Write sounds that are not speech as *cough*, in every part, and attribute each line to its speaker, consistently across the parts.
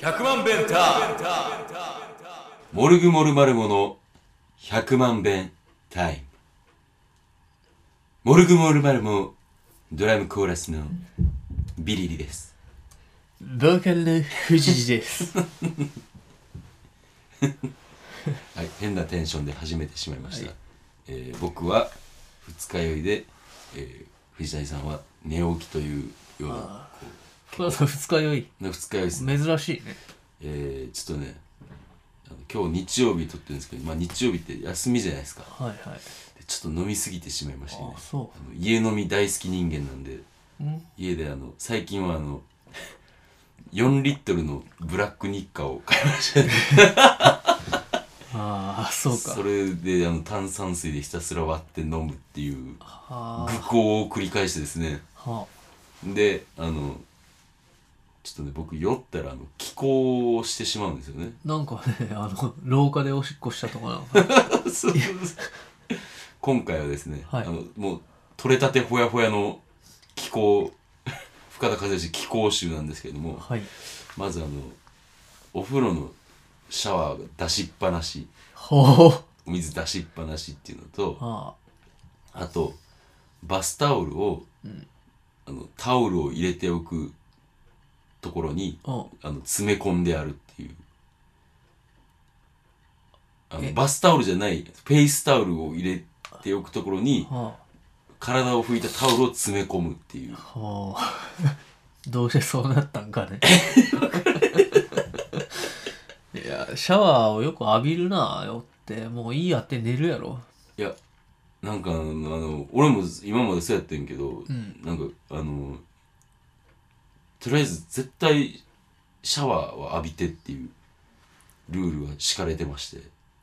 Speaker 1: 100万弁タモルグモルマルモの100万弁タイムモルグモルマルモドラムコーラスのビリリです
Speaker 2: ボーカルの藤井です。
Speaker 1: はい変なテンションで始めてしまいました、
Speaker 2: はい
Speaker 1: えー僕は二日酔いで、えー藤谷さんは寝起きというような
Speaker 2: *laughs* この二日酔い。
Speaker 1: な二日酔いです
Speaker 2: 珍しいね。
Speaker 1: えー、ちょっとねあの今日日曜日撮ってるんですけど、まあ、日曜日って休みじゃないですか
Speaker 2: はいはい。
Speaker 1: でちょっと飲みすぎてしまいましてね
Speaker 2: あ、そ
Speaker 1: あの家飲み大好き人間なんで
Speaker 2: う。ん
Speaker 1: 家であの最近はあの4リットルのブラック日課を買いましたね
Speaker 2: ああ、そうか。
Speaker 1: それであの炭酸水でひたすら割って飲むっていう
Speaker 2: は
Speaker 1: 愚
Speaker 2: あ。
Speaker 1: 行を繰り返してですね
Speaker 2: は
Speaker 1: であのちょっとね僕酔ったらあの気候をしてしまうんですよね
Speaker 2: あ。なんかね、あの、廊下でおしっこしたとかなんか。 *laughs*
Speaker 1: そう今回はですね、
Speaker 2: は
Speaker 1: あ
Speaker 2: い
Speaker 1: のもう取れたてほやほやの気候深田和義気候集なんですけれども
Speaker 2: はい。
Speaker 1: まずあのお風呂のシャワーが出しっぱなし
Speaker 2: は
Speaker 1: お水出しっぱなしっていうのと
Speaker 2: あ。は
Speaker 1: あとバスタオルを、
Speaker 2: うん
Speaker 1: あのタオルを入れておくところに
Speaker 2: あ。うん。
Speaker 1: あの詰め込んであるっていうあの
Speaker 2: え
Speaker 1: バスタオルじゃないフェイスタオルを入れておくところに
Speaker 2: は
Speaker 1: 体を拭いたタオルを詰め込むっていう
Speaker 2: あ。はあ。 *laughs* どうしてそうなったんかね。 *laughs* いや、シャワーをよく浴びるなよって、もういいやって寝るやろ。
Speaker 1: いやなんかあのあの俺も今までそうやってんけど、
Speaker 2: ん
Speaker 1: なんかあのとりあえず絶対シャワーは浴びてっていうルールが敷かれてまして、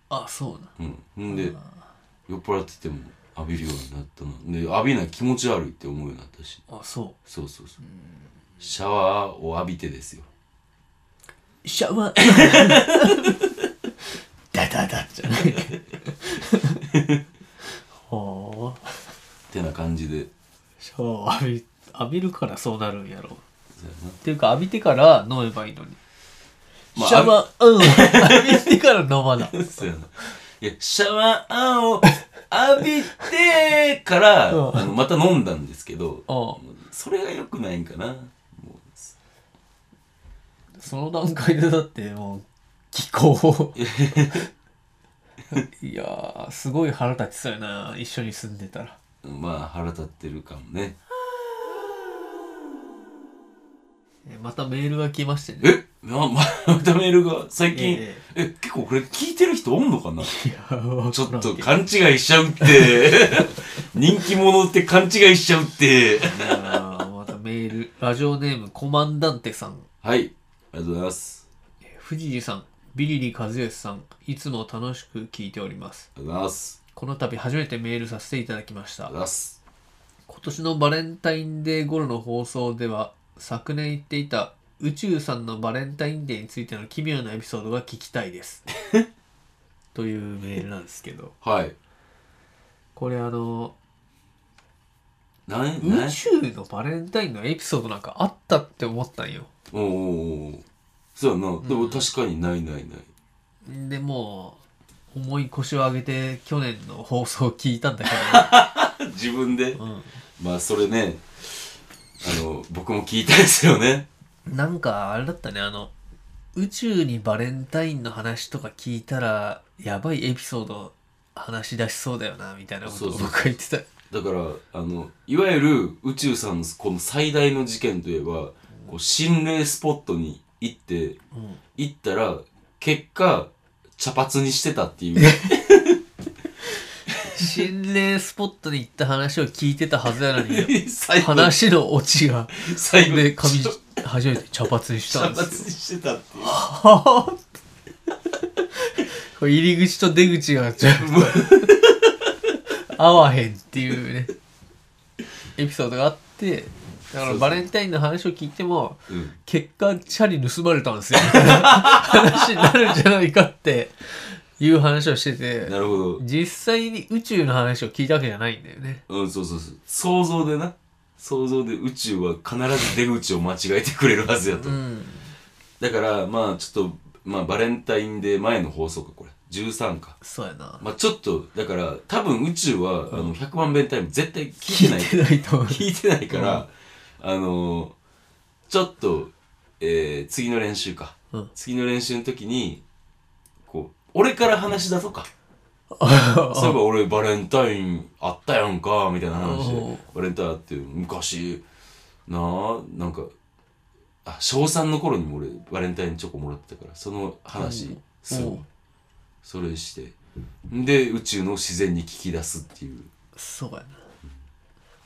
Speaker 2: あ、そう
Speaker 1: う
Speaker 2: な。
Speaker 1: ん、ほんで
Speaker 2: あ
Speaker 1: 酔っ払ってても浴びるようになったなで浴びない気持ち悪いって思うようになったし
Speaker 2: あ、そ
Speaker 1: そうそうそうシャワーを浴びてですよ
Speaker 2: う。シャワー。 *laughs* ダダダじゃない。は
Speaker 1: っ
Speaker 2: あ。
Speaker 1: てな感じで
Speaker 2: シャワー浴び、浴びるからそうなるんやろ。
Speaker 1: そうやな
Speaker 2: っていうか浴びてから飲めばいいのに。
Speaker 1: まあ
Speaker 2: シャワー、うん。浴びてから飲ま *laughs* な。
Speaker 1: そうやな。いや、シャワーを浴びてから、あ
Speaker 2: うん
Speaker 1: のまた飲んだんですけど、
Speaker 2: あ
Speaker 1: それが良くないんかな。も
Speaker 2: その段階でだってもう、気候 *laughs* を。いやー、すごい腹立ちそうやな。一緒に住んでたら。
Speaker 1: うまあ、腹立ってるかもね。
Speaker 2: えまたメールが来まして *laughs* ね。
Speaker 1: えま、ま、またメールが最近、
Speaker 2: え
Speaker 1: え、結構これ聞いてる人おんのかない
Speaker 2: やー
Speaker 1: ちょっ
Speaker 2: わから
Speaker 1: と
Speaker 2: んけど
Speaker 1: 勘違いしちゃう
Speaker 2: *laughs*
Speaker 1: って。人気者って勘違いしちゃうって。
Speaker 2: いやーまたメール。ラジオネーム、コマンダンテさん。
Speaker 1: はい。ありがとうございます。
Speaker 2: えー藤井さん、ビリリ和義さん、いつも楽しく聞いております。
Speaker 1: ありがとうございます。
Speaker 2: この度初めてメールさせていただきまし
Speaker 1: ありがとう。
Speaker 2: た
Speaker 1: ございます。
Speaker 2: 今年のバレンタインデー頃の放送では、昨年言っていた宇宙さんのバレンタインデーについての奇妙なエピソードが聞きたいです。というメールなんですけど、
Speaker 1: はい。
Speaker 2: これあの、
Speaker 1: なん、な
Speaker 2: 宇
Speaker 1: ん、
Speaker 2: 宙のバレンタインのエピソードなんかあったって思ったんよ。
Speaker 1: おーおーおーそうやな。でも確かにないないない。
Speaker 2: でもう重い腰を上げて去年の放送を聞いたんだ
Speaker 1: *laughs* 自分で
Speaker 2: けど、
Speaker 1: まあそれねあの僕も聞いたんですよね
Speaker 2: うん、なんかあれだったねあの宇宙にバレンタインの話とか聞いたらやばいエピソード話し出しそうだよなみたいなことを
Speaker 1: そうそう
Speaker 2: 僕は言ってた
Speaker 1: だからあのいわゆる宇宙さんのこの最大の事件といえばこう心霊スポットに行って
Speaker 2: うん
Speaker 1: 行ったら結果茶髪にしてたっていう
Speaker 2: 心霊スポットに行った話を聞いてたはずやの
Speaker 1: *laughs*
Speaker 2: に
Speaker 1: 最後
Speaker 2: 話のオチが
Speaker 1: 最後
Speaker 2: で
Speaker 1: で
Speaker 2: 髪初めて茶髪にした
Speaker 1: 茶
Speaker 2: ん
Speaker 1: 髪に
Speaker 2: ですよ
Speaker 1: してたっていう
Speaker 2: *laughs* これ入り口と出口がちょっと合わへんっていうねエピソードがあってだか
Speaker 1: そうそ
Speaker 2: ら
Speaker 1: う
Speaker 2: バレンタインの話を聞いても
Speaker 1: うん
Speaker 2: 結果チャリ盗まれたんですよみたいな話になるんじゃないかっていう話をしてて
Speaker 1: なるほど
Speaker 2: 実際に宇宙の話を聞いたわけじゃないんだよね
Speaker 1: うんそうそうそう想像でな想像で宇宙は必ず出口を間違えてくれるはずやと、
Speaker 2: うん
Speaker 1: だからまあちょっと、まあ、バレンタインデー前の放送かこれ13か
Speaker 2: そうやな
Speaker 1: まあちょっとだから多分宇宙は、あの100万遍タイム絶対聞いてない
Speaker 2: 聞いてないと思う
Speaker 1: 聞いてないから、あのーちょっと、えー次の練習か、
Speaker 2: うん
Speaker 1: 次の練習の時にこう俺から話し出そう
Speaker 2: *laughs*
Speaker 1: かそういえ
Speaker 2: あ
Speaker 1: ば俺バレンタインあったやんかみたいな話
Speaker 2: お
Speaker 1: で
Speaker 2: う
Speaker 1: バレンタインあって昔なあなんかあ小3の頃にも俺バレンタインチョコもらってたからその話す
Speaker 2: お
Speaker 1: ぐ
Speaker 2: う
Speaker 1: それしてで宇宙の自然に聞き出すっていう
Speaker 2: そうやな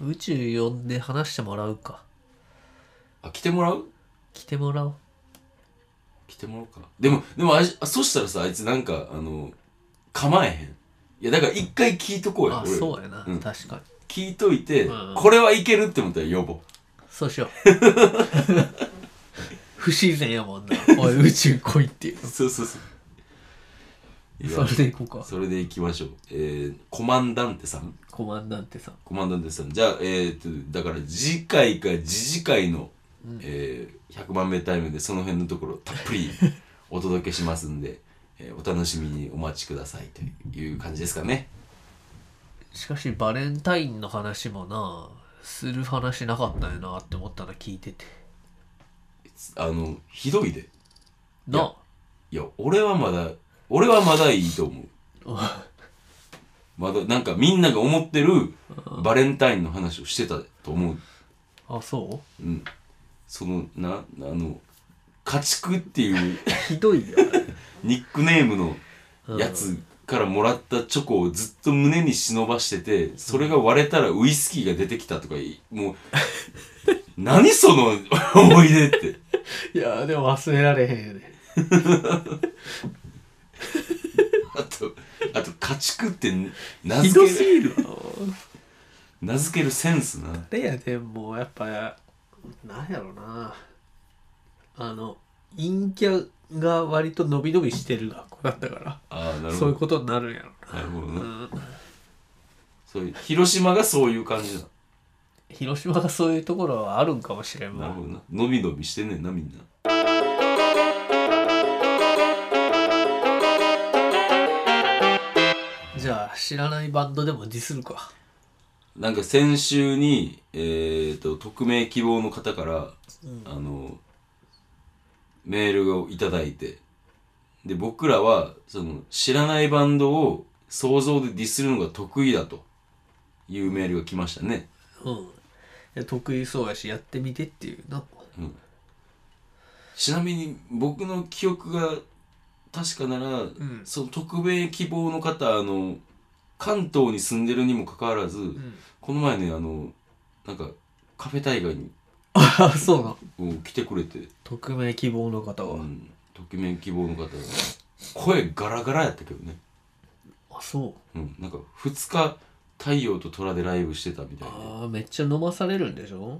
Speaker 2: 宇宙呼んで話してもらうか
Speaker 1: あ来てもらう
Speaker 2: 来てもらおう
Speaker 1: 来てもらおうかでもでもあいあそしたらさあいつなんかあの構えへんいやだから一回聞いとこうよ
Speaker 2: あ
Speaker 1: 俺
Speaker 2: そうやな、
Speaker 1: うん
Speaker 2: 確かに
Speaker 1: 聞いといて、
Speaker 2: うんうん
Speaker 1: これはいけるって思ったら呼ぼう
Speaker 2: そうしよ *laughs* う不自然やもんなおい宇宙来いっていう
Speaker 1: そうそうそういや
Speaker 2: *laughs* それでいこうか
Speaker 1: それでいきましょう。えー、コマンダンテさん。
Speaker 2: コマンダンテさん
Speaker 1: コマンダンテさん。じゃあ、えー、と、だから次回か次次回の、えー、100番目タイムでその辺のところたっぷ
Speaker 2: *laughs*
Speaker 1: りお届けしますんで、えーお楽しみにお待ちくださいという感じですかね。
Speaker 2: しかしバレンタインの話もなする話なかったんやなって思ったら聞いてて
Speaker 1: あの、ひどいで。
Speaker 2: ない
Speaker 1: や、俺はまだ、俺はまだいいと思う。
Speaker 2: お
Speaker 1: まだ、なんかみんなが思ってるバレンタインの話をしてたと思う。
Speaker 2: あそ
Speaker 1: うん。その、な、あの、家畜っていう。
Speaker 2: *laughs* うひどいよ
Speaker 1: ニックネームのやつからもらったチョコをずっと胸に忍ばしてて、それが割れたらウイスキーが出てきたとかい、もう、 *laughs* 何その思い出って。
Speaker 2: いやでも忘れられへんよね
Speaker 1: あと、あと家畜って名
Speaker 2: ひど
Speaker 1: 付
Speaker 2: す
Speaker 1: ける、
Speaker 2: ぎるわ
Speaker 1: 名付けるセンスな。
Speaker 2: でやでもやっぱなんやろなあの陰キャが割と伸び伸びしてる学校だったか
Speaker 1: ああ、な
Speaker 2: ら
Speaker 1: る
Speaker 2: そ
Speaker 1: ほ
Speaker 2: ういう
Speaker 1: ど。
Speaker 2: ことになるんやろ
Speaker 1: なるほど
Speaker 2: な、う
Speaker 1: な。
Speaker 2: ん、
Speaker 1: そういう、広島がそういう感じだ。
Speaker 2: 広島がそういうところはあるんかもしれん
Speaker 1: なる
Speaker 2: わ
Speaker 1: ほどな。伸び伸びしてんねんな、みんな。
Speaker 2: じゃあ知らないバンドでもディスるか
Speaker 1: なんか先週に、えー、と匿名希望の方から、あのメールをいただいてで僕らはその知らないバンドを想像でディスるのが得意だというメールが来ましたね、
Speaker 2: うんいや得意そうやしやってみてっていうな
Speaker 1: うん、ちなみに僕の記憶が確かなら、
Speaker 2: ん
Speaker 1: その匿名希望の方あの関東に住んでるにもかかわらず、
Speaker 2: ん
Speaker 1: この前ねあのなんかカフェタイガーに
Speaker 2: あ *laughs* そうなの
Speaker 1: もう来てくれて、
Speaker 2: 匿名希望の方は、
Speaker 1: うん、匿名希望の方が声ガラガラやったけどね、
Speaker 2: あそう
Speaker 1: うん、なんか2日太陽と虎でライブしてたみたいで
Speaker 2: あーめっちゃ飲まされるんでしょ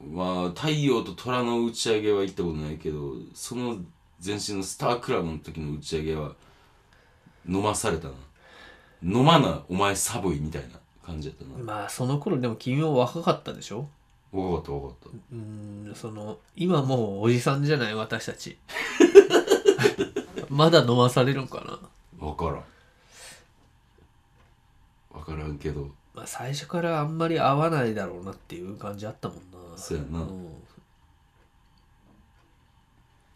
Speaker 1: まあ太陽と虎の打ち上げは行ったことないけどその前身のスタークラブの時の打ち上げは飲まされたな飲まなお前寒いみたいな感じやったな
Speaker 2: まあその頃でも君も若かったでしょ
Speaker 1: 分かった分かった
Speaker 2: うーんその今もうおじさんじゃない私
Speaker 1: *laughs*
Speaker 2: たちまだ飲まされるんかな、
Speaker 1: 分からん分からんけど
Speaker 2: まあ、最初からあんまり合わないだろうなっていう感じあったもんな
Speaker 1: そうやな
Speaker 2: うん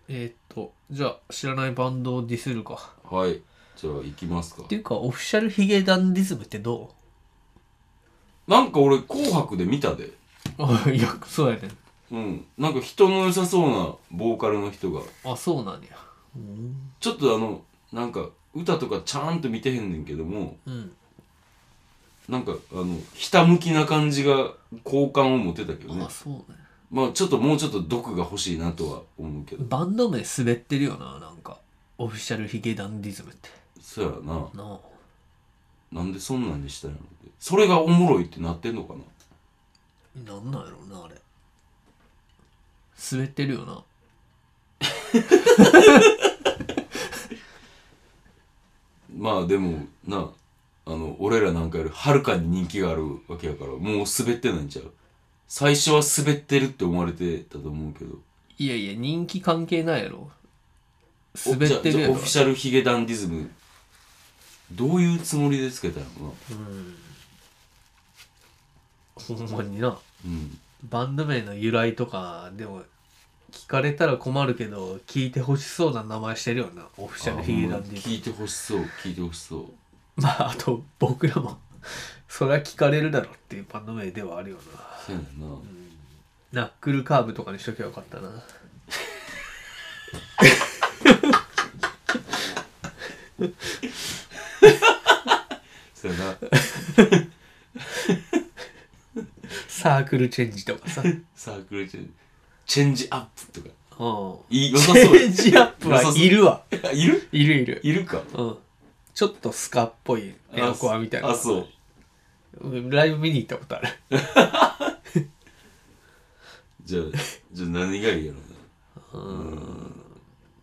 Speaker 2: えーっとじゃあ知らないバンドをディスるか
Speaker 1: はいじゃあ行きますか
Speaker 2: っていうかオフィシャルヒゲダンディズムってど
Speaker 1: なんか俺紅白で見たで
Speaker 2: うあ *laughs* いやそうやねん
Speaker 1: うん、なんか人の良さそうなボーカルの人が
Speaker 2: あそうなんや
Speaker 1: ちょっとあのなんか歌とかちゃんと見てへんねんけども
Speaker 2: うん
Speaker 1: なんかあのひたむきな感じが好感を持てたけどね
Speaker 2: あそうね
Speaker 1: まあちょっともうちょっと毒が欲しいなとは思うけど
Speaker 2: バンド名滑ってるよななんかオフィシャルヒゲダンディズムって
Speaker 1: そやな
Speaker 2: なあ
Speaker 1: なんでそんなんにしたんやろってそれがおもろいってなってんのかな
Speaker 2: なんなんやろうなあれ滑ってるよな
Speaker 1: まあでもなあの俺らなんかよりはるかに人気があるわけやからもう滑ってないんちゃう最初は滑ってるって思われてたと思うけど
Speaker 2: いやいや、人気関係ないやろ。滑って
Speaker 1: じゃ
Speaker 2: る
Speaker 1: あじゃ
Speaker 2: や
Speaker 1: あオ
Speaker 2: ろ
Speaker 1: フィ。シャルヒゲダンディズムどういうつもりでつけたのかな
Speaker 2: ほんまにな。
Speaker 1: うん
Speaker 2: バンド名の由来とか、でも、聞かれたら困るけど、聞いてほしそうな名前してるよな。オフィシャルヒゲダンディズム
Speaker 1: 聞いてほしそう聞いてほしそう
Speaker 2: まあ、あと、僕らも、 *laughs* そりゃ聞かれるだろうっていうバンド名ではあるよな。
Speaker 1: そうやな、
Speaker 2: ナックルカーブとかにしときゃよかったな。
Speaker 1: そうや
Speaker 2: *laughs*
Speaker 1: な
Speaker 2: サークルチェンジとかさ。
Speaker 1: *laughs*
Speaker 2: うん。
Speaker 1: サークルチェンジチェンジアップとかいい良
Speaker 2: チ
Speaker 1: さそう
Speaker 2: ェンジアップはいるわ。
Speaker 1: やいる
Speaker 2: いるいる。
Speaker 1: いるか
Speaker 2: うん。ちょっとスカっぽいエロコアみたいな。
Speaker 1: あそう
Speaker 2: うん。ライブ見に行ったことある。
Speaker 1: じゃあじゃあ何がいいやろ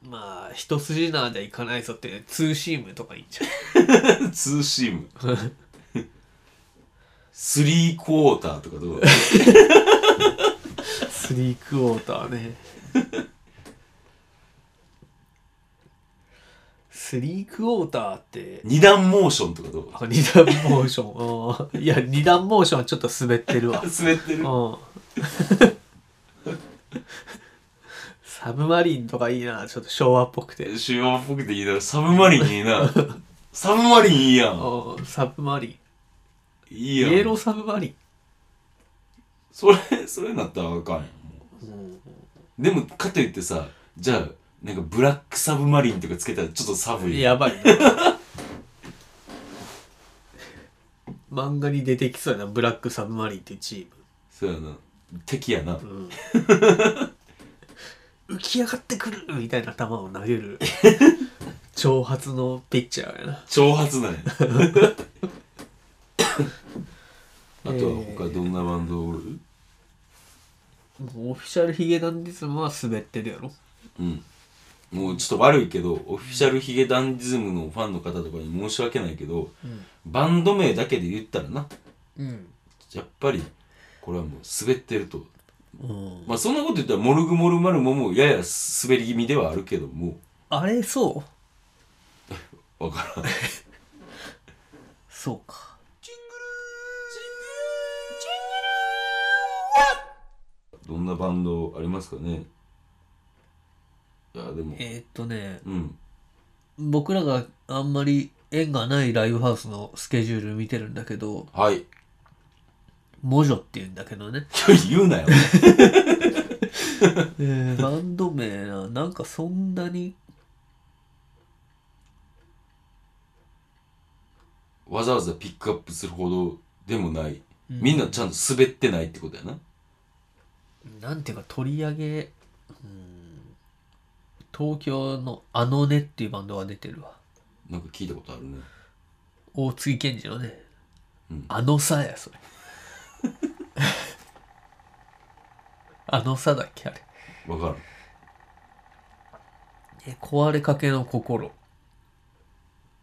Speaker 2: まあ、一筋縄ではいかないぞって、ツーシームとかいいんじゃん。
Speaker 1: うなツーシーム
Speaker 2: *laughs*
Speaker 1: スリークォーターとかどうだ
Speaker 2: スリークォーターね。スリークォーターって、
Speaker 1: 二段モーションとかどう
Speaker 2: あ二段モーション *laughs* うん。いや、二段モーションはちょっと滑ってるわ。
Speaker 1: 滑ってる
Speaker 2: うん。サブマリンとかいいな、ちょっと昭和っぽくて。
Speaker 1: 主要っぽくていいなサブマリンいいな
Speaker 2: *laughs*
Speaker 1: サブマリンいいやん
Speaker 2: うん、サブマリン。
Speaker 1: いい
Speaker 2: イ
Speaker 1: やん
Speaker 2: エローサブマリン。
Speaker 1: それ *laughs* それなったらあかんやんでもかといってさじゃあなんかブラックサブマリンとかつけたらちょっと寒い
Speaker 2: やばいな *laughs* 漫画に出てきそうやなブラックサブマリンっていうチ
Speaker 1: そうやな敵やな
Speaker 2: ーム、うん、浮き上がってくるみたいな球を投げ *laughs* る挑発のピッチャーやな
Speaker 1: 挑発 *laughs* なんやあとは
Speaker 2: え
Speaker 1: 他どんなバンドおる
Speaker 2: もうオフィシャルヒゲダンディズムは滑ってるやろ
Speaker 1: うんもうちょっと悪いけどオフィシャルヒゲダンディズムのファンの方とかに申し訳ないけど、バンド名だけで言ったらな
Speaker 2: うん、
Speaker 1: やっぱりこれはもう滑ってるとまあそんなこと言ったらモルグモルマルモもやや滑り気味ではあるけども
Speaker 2: あれそう
Speaker 1: わからん
Speaker 2: そうか
Speaker 1: どんなバンドありますかねいやでも
Speaker 2: えーっとね
Speaker 1: うん
Speaker 2: 僕らがあんまり縁がないライブハウスのスケジュール見てるんだけど
Speaker 1: はい *laughs*
Speaker 2: モジョっていうんだけ *laughs* どね
Speaker 1: 言うなよ
Speaker 2: バンド名な、なんかそんなに、
Speaker 1: わざわざピックアップするほどでもないみんなちゃんと滑ってないってことやな
Speaker 2: なんていうか取り上げ、うん東京のあのねっていうバンドが出てるわ。
Speaker 1: なんか聞いたことあるね
Speaker 2: 大杉健二のね、
Speaker 1: うん
Speaker 2: あのさや、そ
Speaker 1: *laughs*
Speaker 2: れ。あのさだっけ、あれ。
Speaker 1: わかる
Speaker 2: え壊れかけの心。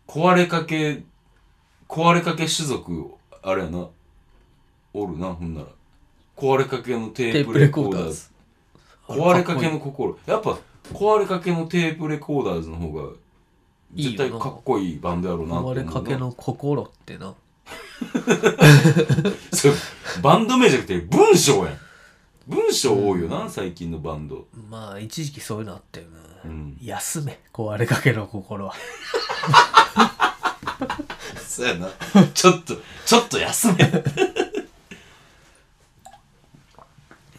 Speaker 1: 壊れかけ壊れかけ種族あれやなおるなほんなら壊れかけのテ
Speaker 2: テ
Speaker 1: ー
Speaker 2: ー
Speaker 1: プ
Speaker 2: プ
Speaker 1: レ
Speaker 2: レコ
Speaker 1: コー
Speaker 2: ーダ
Speaker 1: ダー
Speaker 2: ー
Speaker 1: ズ
Speaker 2: ズ。
Speaker 1: 壊れかけ
Speaker 2: あ
Speaker 1: の心やっぱ壊れかけのテープレコーダーズの方が
Speaker 2: いいよ
Speaker 1: 絶対
Speaker 2: な
Speaker 1: かっこいいバンドやろうな
Speaker 2: か
Speaker 1: っ
Speaker 2: っ
Speaker 1: 思
Speaker 2: てこい
Speaker 1: う
Speaker 2: い壊れ
Speaker 1: な
Speaker 2: かけの心ってな。
Speaker 1: *laughs* そうバンド名じゃなくて文章やん文章多いよな、最近のバンド
Speaker 2: まあ、一時期そういうのあったよな。
Speaker 1: うん
Speaker 2: 休め、壊れかけの心は。
Speaker 1: そうや
Speaker 2: *laughs*
Speaker 1: なちょっとちょっと休め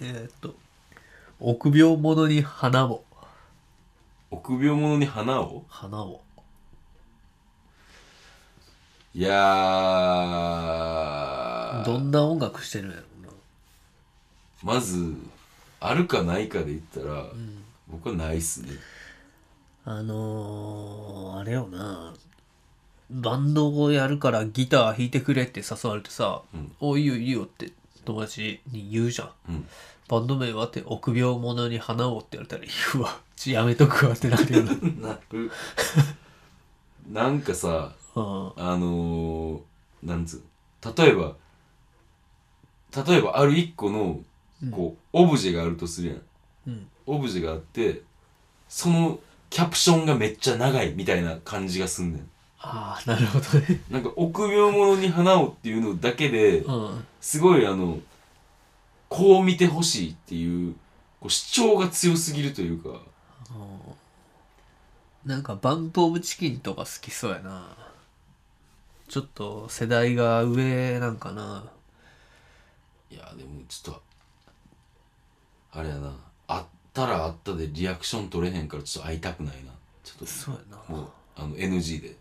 Speaker 2: えーっと、臆病者に花を。
Speaker 1: 臆病者に花を
Speaker 2: 花を。
Speaker 1: いやー
Speaker 2: どんな音楽してるんやろうな。
Speaker 1: まずあるかないかで言ったら、僕はないっすね *laughs*
Speaker 2: あのー、あれよな。バンドをやるからギター弾いてくれって誘われてさ、おいいよいいよって友達に言うじゃん。
Speaker 1: うん
Speaker 2: バンド名はって臆病者に花をって言われたら、言うわ。ちやめとくわってなる *laughs* よな。
Speaker 1: なるなんかさ
Speaker 2: うん
Speaker 1: あのー、なんつうの例えば例えばある一個のこうオブジェがあるとするやん
Speaker 2: うん
Speaker 1: オブジェがあってそのキャプションがめっちゃ長いみたいな感じがすんねん
Speaker 2: ああなるほどね
Speaker 1: なんか臆病者に花をっていうのだけで
Speaker 2: うん
Speaker 1: すごいあのこう見てほしいっていうこう主張が強すぎるというか
Speaker 2: なんかバンプ・オブ・チキンとか好きそうやなちょっと世代が上なんかない
Speaker 1: やでもちょっとあれやなあったらあったでリアクション取れへんからちょっと会いたくないなちょっ
Speaker 2: そうや
Speaker 1: ともうあの NG で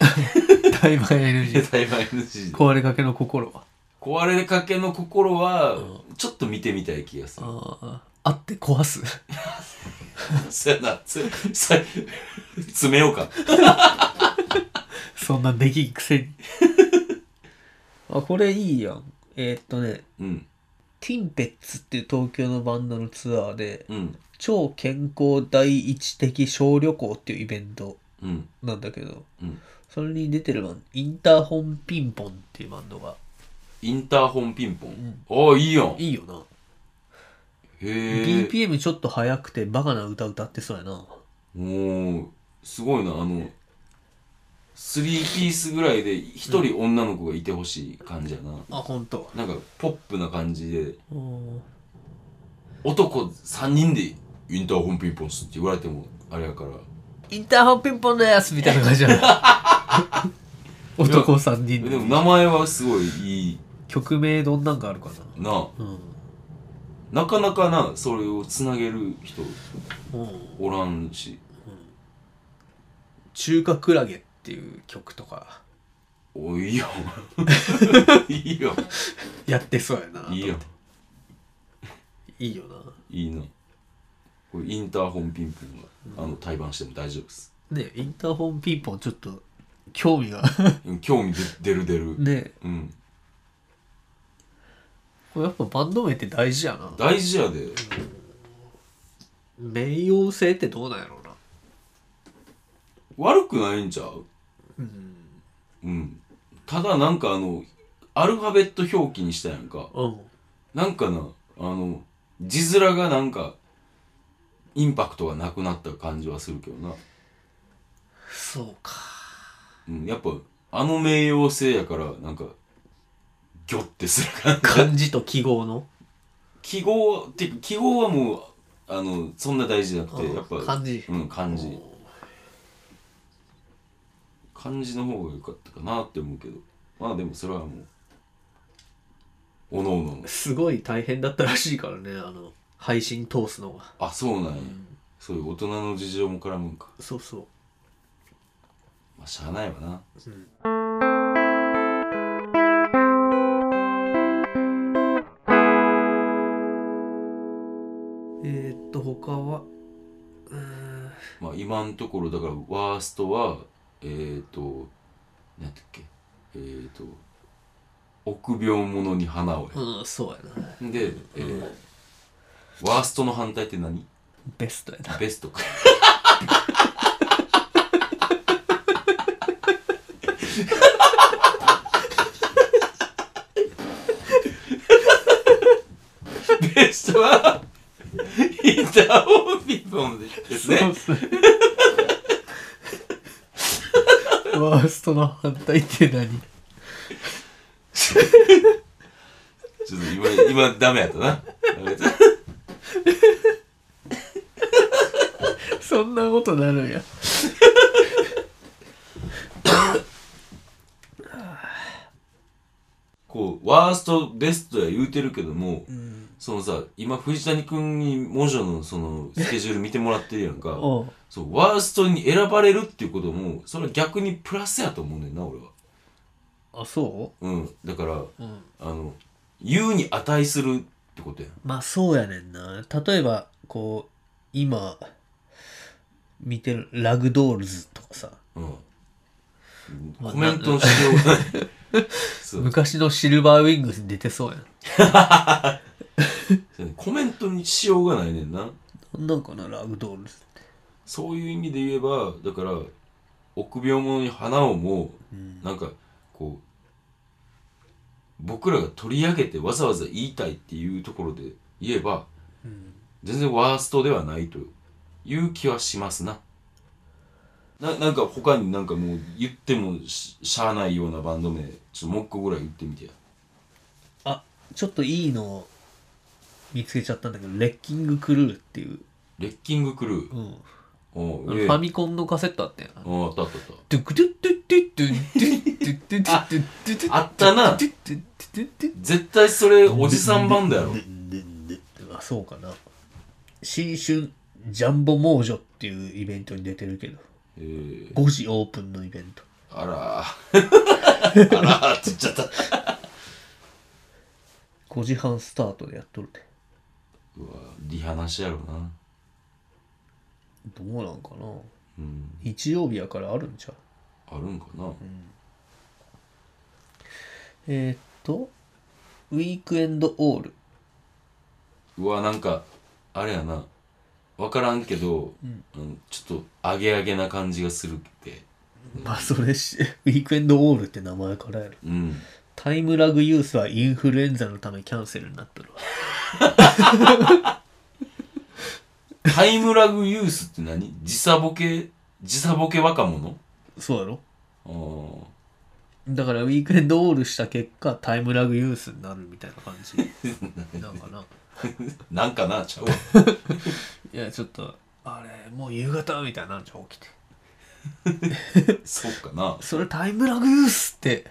Speaker 2: な台湾 NG
Speaker 1: 台湾 NG で
Speaker 2: 壊れかけの心は
Speaker 1: 壊れかけの心はちょっと見てみたい気がする
Speaker 2: あああって壊す
Speaker 1: そうやなつさ詰めようか
Speaker 2: *laughs* そんなできんくせに *laughs* あこれいいやんえーっとね
Speaker 1: うん
Speaker 2: ティンペッツっていう東京のバンドのツアーで
Speaker 1: うん
Speaker 2: 超健康第一的小旅行っていうイベント
Speaker 1: うん
Speaker 2: なんだけど、
Speaker 1: うん
Speaker 2: それに出てるバンドインターホンピンポンっていうバンドが
Speaker 1: インターホンピンポン
Speaker 2: ん、
Speaker 1: ああいいやんへ
Speaker 2: いいよな、
Speaker 1: え
Speaker 2: BPM ちょっと速くてバカな歌歌ってそうやな
Speaker 1: おーすごいなあのスリーピースぐらいで一人女の子がいてほしい感じやな、
Speaker 2: あ本当。
Speaker 1: なんかポップな感じで
Speaker 2: うん
Speaker 1: 男3人でインターホンピンポンスって言われてもあれやから
Speaker 2: インターホンピンポンですみたいな感じやな *laughs* 男3人
Speaker 1: で
Speaker 2: で
Speaker 1: も名前はすごいいい
Speaker 2: 曲名どんなんかあるか
Speaker 1: な
Speaker 2: なうん
Speaker 1: なかなかなそれをつなげる人
Speaker 2: うん
Speaker 1: おらんし
Speaker 2: 中華クラゲっていう曲とか
Speaker 1: おいいよいいよ
Speaker 2: やってそうやない
Speaker 1: いいよ
Speaker 2: いいよない
Speaker 1: いなこれインターホンピンポンはあの対バンしても大丈夫です
Speaker 2: ねインターホンピンポンちょっと興 *laughs* 味が
Speaker 1: うん興味出る出る
Speaker 2: ね
Speaker 1: うん
Speaker 2: これやっぱバンド名って大事やな
Speaker 1: 大事やで
Speaker 2: 名誉性ってどうなんやろうな
Speaker 1: 悪くないんちゃううんただなんかあのアルファベット表記にしたやんか
Speaker 2: うん
Speaker 1: なんかなあの字面がなんかインパクトがなくなった感じはするけどな、
Speaker 2: そうか *laughs*
Speaker 1: うん、やっぱあの名誉性やからなんかギョってする感じ *laughs*
Speaker 2: 漢字と記号の
Speaker 1: 記号っていうか記号はもうあのそんな大事じゃなくてやっぱ
Speaker 2: 漢字
Speaker 1: うん漢字漢字の方が良かったかなって思うけどまあでもそれはもうおのおの
Speaker 2: すごい大変だったらしいからねあの配信通すのが
Speaker 1: あそうなんや、そういう大人の事情も絡むんか
Speaker 2: そうそ
Speaker 1: まあしゃあないわな
Speaker 2: う、えー、っと他はうーん
Speaker 1: まあ今のところだからワーストはえっ、ー、と何やったっけえっ、ー、と臆病者に花をや、
Speaker 2: うんそうやな
Speaker 1: で、えーワーストの反対って何
Speaker 2: ベストやな
Speaker 1: ベストかベストはインターホンピンポンですね
Speaker 2: そうっすワーストの反対って何
Speaker 1: ちょっと今、今ダメやったな。ダメやった
Speaker 2: そんなことなるんや
Speaker 1: こう、ワースト、ベストや言うてるけども、
Speaker 2: うん
Speaker 1: そのさ、今藤谷くんに文字のそのスケジュール見てもらってるやんか。
Speaker 2: おう
Speaker 1: そう、ワーストに選ばれるっていうことも、それは逆にプラスやと思うねんな、俺は。
Speaker 2: あそ
Speaker 1: うん。だから、
Speaker 2: ううん
Speaker 1: あの、言うに値するってことやん。
Speaker 2: まあそうやねんな例えばこう今見てるラグドールズとかさ
Speaker 1: うん。
Speaker 2: まあ
Speaker 1: コメントのしようがない。
Speaker 2: *laughs*
Speaker 1: そう
Speaker 2: 昔のシルバーウィングスに出てそうやん
Speaker 1: そうやねコメントにしようがないねんな。
Speaker 2: なんなんかなラグドールズって
Speaker 1: そういう意味で言えばだから臆病者に花をも
Speaker 2: うん
Speaker 1: なんかこう僕らが取り上げてわざわざ言いたいっていうところで言えば
Speaker 2: うん
Speaker 1: 全然ワーストではないという気はしますな。ななんか他になんかもう言ってもししゃあないようなバンド名ちょっともう一個ぐらい言ってみてや。
Speaker 2: あちょっといいのを見つけちゃったんだけどレッキングクルーっていう、
Speaker 1: レッキングクルー。
Speaker 2: うん、
Speaker 1: お
Speaker 2: あの
Speaker 1: うええ
Speaker 2: ファミコンのカセットあったよな
Speaker 1: おうあったあったあった。
Speaker 2: ドゥクドゥドゥドゥドゥドゥドゥドゥドゥドゥドゥ
Speaker 1: ああったな
Speaker 2: ドゥドゥドゥドゥ
Speaker 1: 絶対それおじさん版だやろ。
Speaker 2: *laughs* あそうかな新春ジャンボ猛女っていうイベントに出てるけど
Speaker 1: ええ
Speaker 2: 5時オープンのイベント
Speaker 1: あら *laughs* ー。あらーって言っちゃった。う
Speaker 2: 5時半スタートでやっとるで
Speaker 1: わリハなしやろな。
Speaker 2: どうなんかな
Speaker 1: うん。
Speaker 2: 日曜日やからあるんちゃう
Speaker 1: あるんかな。
Speaker 2: えーっとウィークエンドオール
Speaker 1: うわなんかあれやな分からんけど、あのちょっとアゲアゲな感じがするって
Speaker 2: まあそれし *laughs* ウィークエンドオールって名前からやろ
Speaker 1: うん
Speaker 2: タイムラグユースはインフルエンザのためキャンセルになったるわ
Speaker 1: タイムラグユースって何時差ボケ時差ボケ若者
Speaker 2: そうやろ
Speaker 1: あー
Speaker 2: だからウィークエンドオールした結果タイムラグユースになるみたいな感じ
Speaker 1: *laughs*
Speaker 2: なんかな
Speaker 1: なんかな *laughs* ちゃうわ
Speaker 2: いやちょっとあれもう夕方みたいになるじゃん起きて
Speaker 1: そうかな
Speaker 2: それタイムラグユースって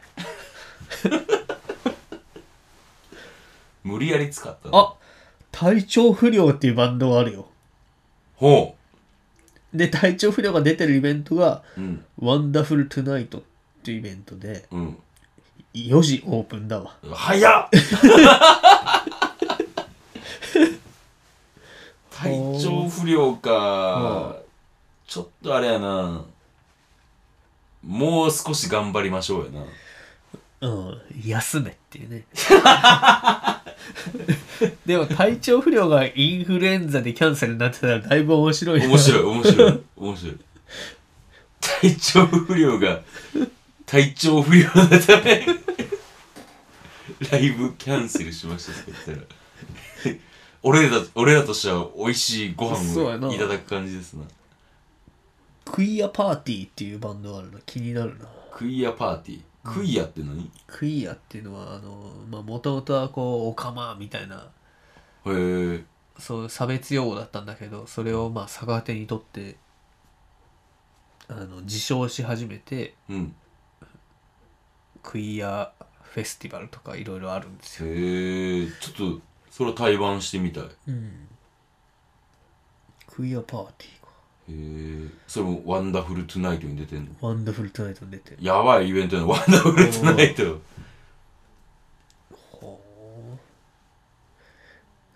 Speaker 1: 無理やり使ったな
Speaker 2: あ体調不良っていうバンドがあるよ
Speaker 1: ほ
Speaker 2: で体調不良が出てるイベントが
Speaker 1: ううん
Speaker 2: ワンダフルトゥナイトっていうイベントで
Speaker 1: うん
Speaker 2: 4時オープンだわ
Speaker 1: 早っ *laughs* 体調不良かちょっとあれやなもう少し頑張りましょうやな
Speaker 2: うん休めっていう *laughs* ねでも体調不良がインフルエンザでキャンセルになってたらだいぶ面白いな
Speaker 1: 面白い面白い面白い体調不良が体調不良のためライブキャンセルしましたって言ったら俺ら俺らとしては美味しいご飯
Speaker 2: そうやな
Speaker 1: をいただく感じですな
Speaker 2: クイアパーティーっていうバンドがあるの気になるな
Speaker 1: クイアパーティークイアって何、
Speaker 2: クイアっていうのはあのまあもともとはこうオカマみたいな
Speaker 1: へえ
Speaker 2: そういう差別用語だったんだけどそれをまあ逆手にとってあの自称し始めて
Speaker 1: うん
Speaker 2: クイアフェスティバルとかいろいろあるんですよ、
Speaker 1: へえちょっとそれは対バンしてみたいへ
Speaker 2: うん、クイアパーティーか
Speaker 1: えそれもワンダフルトゥナイトに出てんの
Speaker 2: ワンダフルトナイトに出てる
Speaker 1: やばいイベントやなワンダフルトゥナイト
Speaker 2: ほう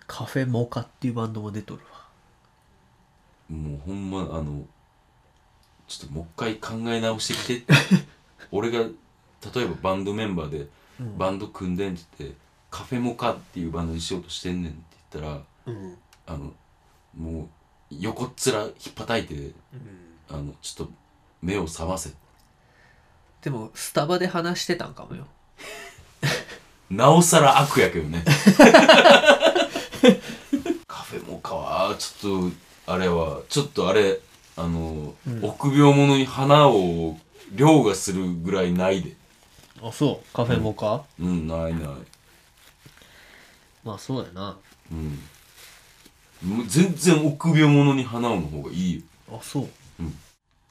Speaker 2: カフェモカっていうバンドも出とるわ
Speaker 1: もうほんまあのちょっともう一回考え直してきて俺が例えばバンドメンバーで
Speaker 2: うん
Speaker 1: バンド組んでんって言って、カフェモカっていうバンドにしようとしてんねんって言ったら
Speaker 2: うん、
Speaker 1: あのもう横っ面ひっぱたいて
Speaker 2: うん、
Speaker 1: あのちょっと目を覚ませ
Speaker 2: でもスタバで話してたんかもよ
Speaker 1: なおさら悪やけど
Speaker 2: *laughs*
Speaker 1: ねカフェモカはちょっとあれはちょっとあれあの、
Speaker 2: うん
Speaker 1: 臆病者に花を凌駕するぐらいないで
Speaker 2: あそうカフェモカ、
Speaker 1: うんないない
Speaker 2: まあそうやな
Speaker 1: うんもう全然臆病者に花をの方がいいよ
Speaker 2: あそう、
Speaker 1: うん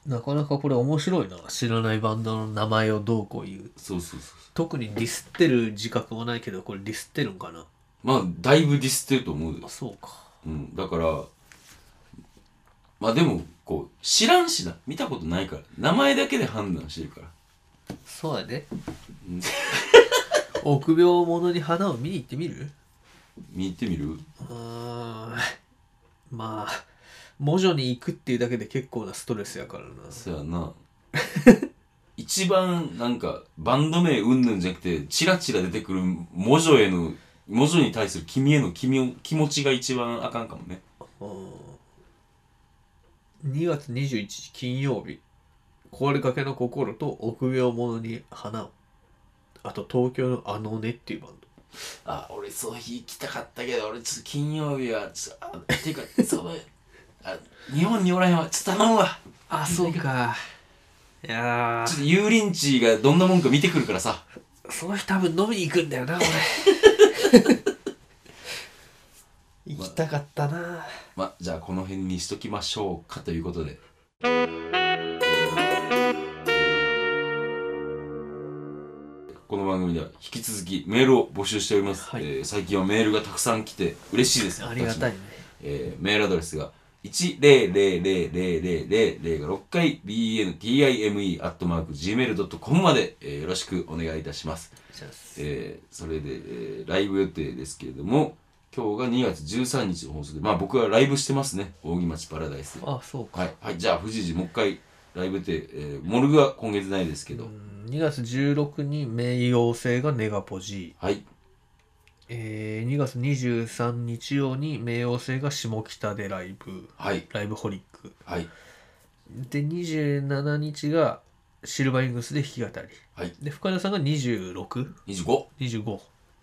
Speaker 2: なかなかこれ面白いな知らないバンドの名前をどうこう言う
Speaker 1: そうそうそうそ
Speaker 2: 特にディスってる自覚もないけどこれディスってるんかな
Speaker 1: うまあだいぶディスってると思うで
Speaker 2: あそうか
Speaker 1: うんだからまあでもこう知らんしな見たことないから名前だけで判断してるから
Speaker 2: そうやね *laughs* 臆病者に花を見に行ってみる
Speaker 1: 見に行ってみる
Speaker 2: うーんまあ魔女に行くっていうだけで結構なストレスやからな
Speaker 1: そや *laughs* な一番なんかバンド名うんぬんじゃなくてチラチラ出てくる文女への文女に対する君への君を気持ちが一番あかんかもね
Speaker 2: うん2月21日金曜日壊れかけの心と臆病者に花をあと東京のあのねっていうバンド
Speaker 1: あ俺その日行きたかったけど俺ちょっと金曜日はちょっとあていうか *laughs* そのあ日本におらへんわちょっと頼むわ
Speaker 2: あそうかいや
Speaker 1: ちょっと油淋鶏がどんなもんか見てくるからさ
Speaker 2: その日多分飲みに行くんだよな俺 *laughs* 行きたかったな
Speaker 1: まあじゃあこの辺にしときましょうかということでこの番組では引き続きメールを募集しております、
Speaker 2: はい
Speaker 1: えー最近はメールがたくさん来て嬉しいです
Speaker 2: ありがたい
Speaker 1: 私も
Speaker 2: ね
Speaker 1: えーメールアドレスが1000000が6回 bntime.gmail.com まで、えーよろしくお願いいたします
Speaker 2: じゃあ
Speaker 1: えーそれで、えーライブ予定ですけれども今日が2月13日の放送でまあ僕はライブしてますね扇町パラダイスで
Speaker 2: あそうか
Speaker 1: はい、はい、じゃあ藤次もう一回ライブ予定、えーモルグは今月ないですけど、
Speaker 2: うん2月16に冥王星がネガポジ、
Speaker 1: はい
Speaker 2: えー、2月23日曜に冥王星が下北でライブ
Speaker 1: はい
Speaker 2: ライブホリック
Speaker 1: はい
Speaker 2: で27日がシルバーイングスで弾き語り
Speaker 1: はい
Speaker 2: で深田さんが2625
Speaker 1: 25
Speaker 2: *laughs* は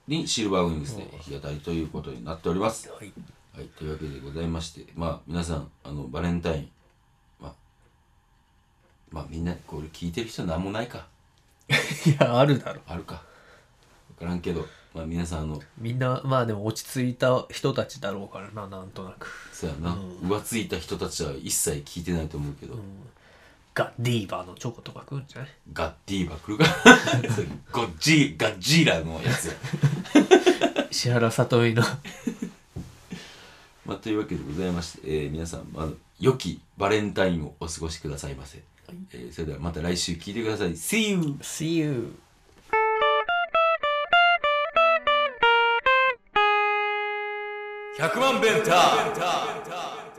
Speaker 1: にシルバーウィングスで弾き語りということになっております、
Speaker 2: い
Speaker 1: はい、というわけでございましてまあ皆さんあのバレンタインまあまあみんなこれ聞いてる人なんもないか
Speaker 2: やあるだろ
Speaker 1: あるか分からんけどまあ皆さんあの
Speaker 2: みんなまあでも落ち着いた人たちだろうからななんとなく
Speaker 1: そうやな、浮ついた人たちは一切聞いてないと思うけど、
Speaker 2: ガディーバーのチョコとか食うんじゃない
Speaker 1: ガッディーバ来るかそれ *laughs* ゴッジーガッジーラのやつや、
Speaker 2: 石原さとみの
Speaker 1: まあ、というわけでございまして、えー皆さんあの良きバレンタインをお過ごしくださいませ、えーそれではまた来週聞いてください See you!
Speaker 2: See you
Speaker 3: Jack Mann Bentham.